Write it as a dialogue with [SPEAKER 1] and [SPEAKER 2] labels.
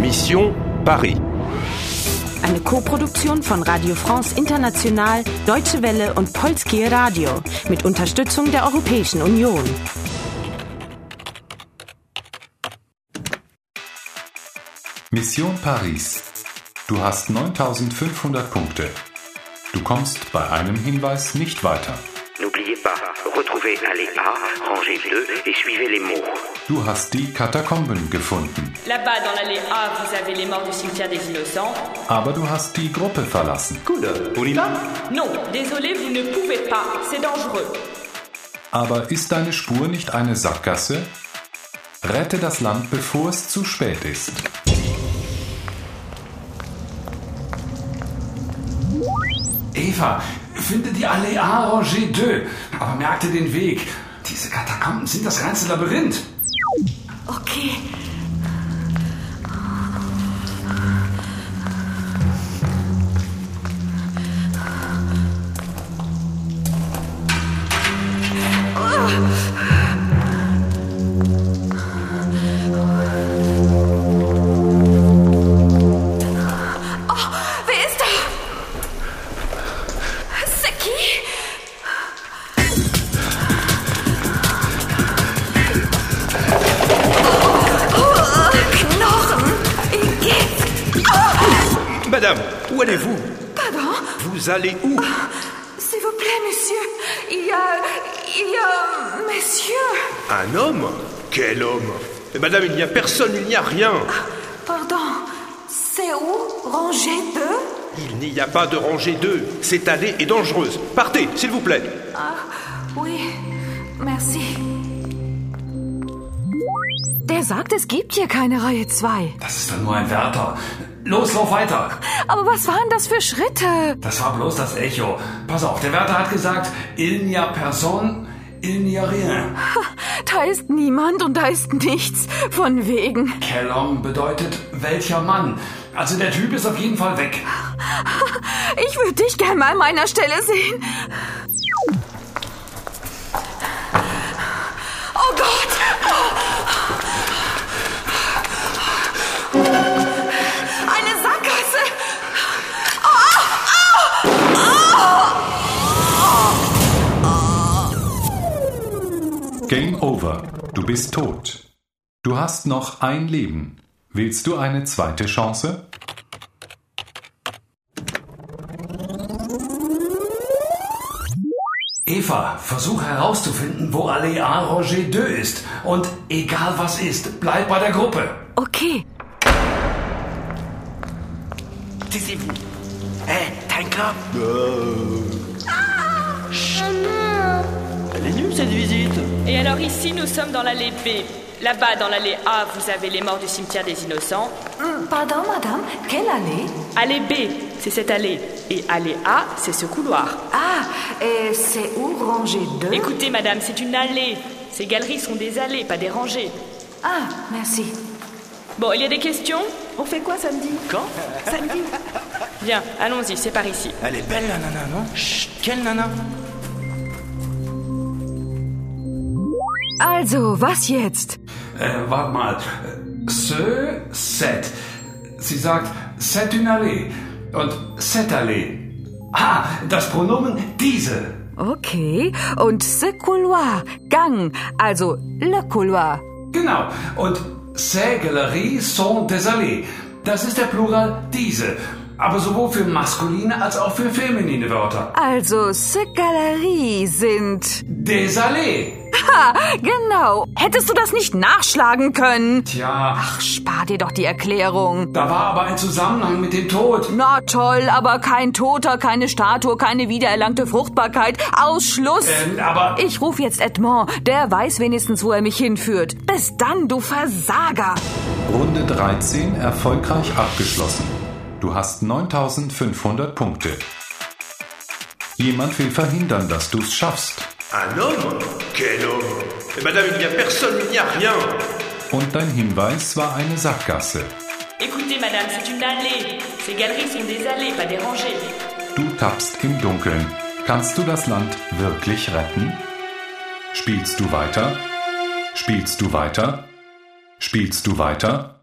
[SPEAKER 1] Mission Paris.
[SPEAKER 2] Eine Koproduktion von Radio France International, Deutsche Welle und Polskie Radio mit Unterstützung der Europäischen Union.
[SPEAKER 3] Mission Paris. Du hast 9500 Punkte. Du kommst bei einem Hinweis nicht weiter.
[SPEAKER 4] N'oubliez pas, retrouvez allée A, rangée 2 et suivez les mots.
[SPEAKER 3] Du hast die Katakomben gefunden,
[SPEAKER 5] Là-bas, dans l'allée A, vous avez les morts du cimetière des Innocents.
[SPEAKER 3] aber du hast die Gruppe verlassen.
[SPEAKER 5] Non, désolé, vous ne pouvez pas, c'est dangereux.
[SPEAKER 3] Aber ist deine Spur nicht eine Sackgasse? Rette das Land, bevor es zu spät ist.
[SPEAKER 6] Eva, finde die Allee A Roger 2, aber merkte den Weg. Diese Katakomben sind das reinste Labyrinth.
[SPEAKER 7] Okay. Wer ist da? Seki? Oh, Knochen! Igitt!
[SPEAKER 1] Madame, où allez-vous
[SPEAKER 7] Pardon?
[SPEAKER 1] Vous allez où
[SPEAKER 7] S'il vous plaît, monsieur. Il y a. Il y a. Monsieur.
[SPEAKER 1] Un homme Quel homme Eh, Madame, il n'y a personne, il n'y a rien.
[SPEAKER 7] Pardon. C'est où? Rangée 2?
[SPEAKER 1] Il n'y a pas de rangée 2. Cette allée est dangereuse. Partez, s'il vous plaît.
[SPEAKER 7] Ah, oui. Merci.
[SPEAKER 8] Der sagt, es gibt hier keine Reihe 2.
[SPEAKER 6] Das ist dann nur ein Wärter. Los, lauf weiter.
[SPEAKER 8] Aber was waren das für Schritte?
[SPEAKER 6] Das war bloß das Echo. Pass auf, der Wärter hat gesagt, il n'y a personne, il n'y a rien.
[SPEAKER 8] Da ist niemand und da ist nichts. Von wegen.
[SPEAKER 6] Kellong bedeutet welcher Mann. Also der Typ ist auf jeden Fall weg.
[SPEAKER 8] Ich würde dich gern mal an meiner Stelle sehen.
[SPEAKER 7] Oh Gott! Oh. Eine Sackgasse!
[SPEAKER 3] Game over. Du bist tot. Du hast noch ein Leben. Willst du eine zweite Chance?
[SPEAKER 6] Eva, versuch herauszufinden, wo Allee A Roger 2 ist. Und egal was ist, bleib bei der Gruppe.
[SPEAKER 8] Okay.
[SPEAKER 4] Taisez-vous. Hé, t'as un clope Elle est nulle, cette visite.
[SPEAKER 5] Et alors ici, nous sommes dans l'allée B. Là-bas, dans l'allée A, vous avez les morts du cimetière des Innocents.
[SPEAKER 7] Pardon, madame, quelle allée?
[SPEAKER 5] Allée B, c'est cette allée. Et allée A, c'est ce couloir.
[SPEAKER 7] Ah, et c'est où rangée 2?
[SPEAKER 5] Écoutez, madame, c'est une allée. Ces galeries sont des allées, pas des rangées.
[SPEAKER 7] Ah, merci.
[SPEAKER 5] Bon, il y a des questions On fait quoi samedi Quand Samedi. Bien, allons-y, c'est par ici.
[SPEAKER 4] Elle est belle, la nana, non Chut, quelle nana
[SPEAKER 8] Also, was jetzt?
[SPEAKER 6] Äh, warte mal. Ce, set. Sie sagt, c'est une allée. Und cette allée. Ah, das Pronomen diese.
[SPEAKER 8] Okay. Und ce couloir. Gang. Also, le couloir.
[SPEAKER 6] Genau. Und ces galeries sont des allées. Das ist der Plural diese. Aber sowohl für maskuline als auch für feminine Wörter.
[SPEAKER 8] Also, ce galerie sind...
[SPEAKER 6] Des allées.
[SPEAKER 8] Ha, genau. Hättest du das nicht nachschlagen können?
[SPEAKER 6] Tja,
[SPEAKER 8] Ach, spar dir doch die Erklärung.
[SPEAKER 6] da war aber ein Zusammenhang mit dem Tod.
[SPEAKER 8] Na toll, aber kein Toter, keine Statue, keine wiedererlangte Fruchtbarkeit. Ausschluss.
[SPEAKER 6] Ähm, aber
[SPEAKER 8] Ich rufe jetzt Edmond. Der weiß wenigstens, wo er mich hinführt. Bis dann, du Versager.
[SPEAKER 3] Runde 13 erfolgreich abgeschlossen. Du hast 9500 Punkte. Jemand will verhindern, dass du es schaffst.
[SPEAKER 1] Un homme Quel homme Eh, Madame, il n'y a personne, il n'y a rien.
[SPEAKER 3] Und dein Hinweis war eine Sackgasse.
[SPEAKER 5] Écoutez, madame, c'est une allée. Ces galeries sont des allées, pas des rangées.
[SPEAKER 3] Du tappst im Dunkeln. Kannst du das Land wirklich retten? Spielst du weiter? Spielst du weiter? Spielst du weiter?